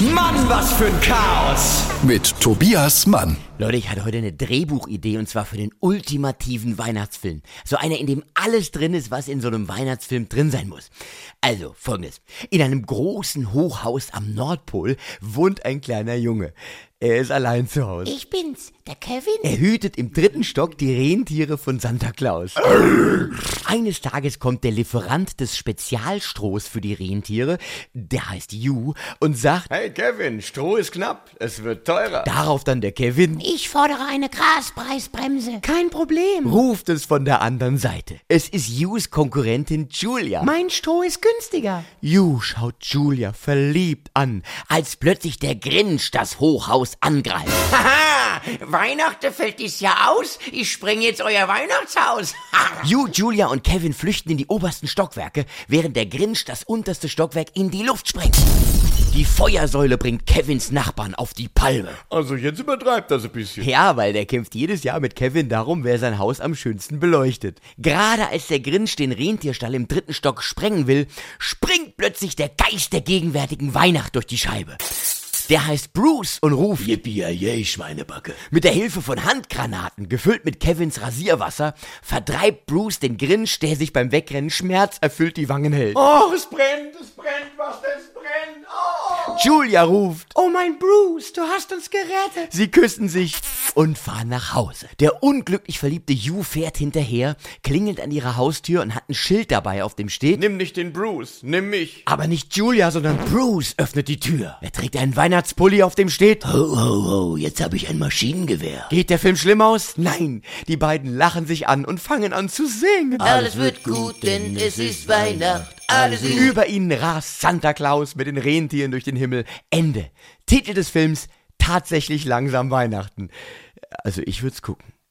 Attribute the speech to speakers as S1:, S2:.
S1: Mann, was für ein Chaos!
S2: Mit Tobias Mann.
S3: Leute, ich hatte heute eine Drehbuchidee und zwar für den ultimativen Weihnachtsfilm. So einer, in dem alles drin ist, was in so einem Weihnachtsfilm drin sein muss. Also, folgendes. In einem großen Hochhaus am Nordpol wohnt ein kleiner Junge. Er ist allein zu Hause.
S4: Ich bin's, der Kevin.
S3: Er hütet im dritten Stock die Rentiere von Santa Claus. Eines Tages kommt der Lieferant des Spezialstrohs für die Rentiere, der heißt Yu, und sagt
S1: Hey Kevin, Stroh ist knapp, es wird teurer.
S3: darauf dann der Kevin,
S4: Ich fordere eine Graspreisbremse.
S5: Kein Problem.
S3: ruft es von der anderen Seite. Es ist Yus Konkurrentin Julia.
S5: Mein Stroh ist günstiger.
S3: Yu schaut Julia verliebt an, als plötzlich der Grinch das Hochhaus angreift.
S6: Haha, Weihnachten fällt dies Jahr aus. Ich spreng jetzt euer Weihnachtshaus.
S3: Yu, Julia und Kevin flüchten in die obersten Stockwerke, während der Grinch das unterste Stockwerk in die Luft sprengt. Die Feuersäule bringt Kevins Nachbarn auf die Palme.
S1: Also jetzt übertreibt das ein bisschen.
S3: Ja, weil der kämpft jedes Jahr mit Kevin darum, wer sein Haus am schönsten beleuchtet. Gerade als der Grinch den Rentierstall im dritten Stock sprengen will, springt plötzlich der Geist der gegenwärtigen Weihnacht durch die Scheibe. Der heißt Bruce und ruft
S6: Yippie, Schweinebacke.
S3: mit der Hilfe von Handgranaten, gefüllt mit Kevins Rasierwasser, vertreibt Bruce den Grinch, der sich beim Wegrennen schmerzerfüllt die Wangen hält.
S1: Oh, es brennt, es brennt, was denn, es brennt. Oh.
S3: Julia ruft
S5: Oh mein Bruce, du hast uns gerettet.
S3: Sie küssen sich und fahren nach Hause. Der unglücklich verliebte Yu fährt hinterher, klingelt an ihrer Haustür und hat ein Schild dabei, auf dem steht.
S1: Nimm nicht den Bruce, nimm mich.
S3: Aber nicht Julia, sondern Bruce öffnet die Tür. Er trägt einen Weihnachtspulli, auf dem steht.
S6: Ho, ho, ho, jetzt habe ich ein Maschinengewehr.
S3: Geht der Film schlimm aus? Nein. Die beiden lachen sich an und fangen an zu singen.
S6: Alles wird gut, denn es ist Weihnacht. Alles ist...
S3: Über ihnen rast Santa Claus mit den Rentieren durch den Himmel. Ende. Titel des Films: Tatsächlich langsam Weihnachten. Also ich würd's gucken.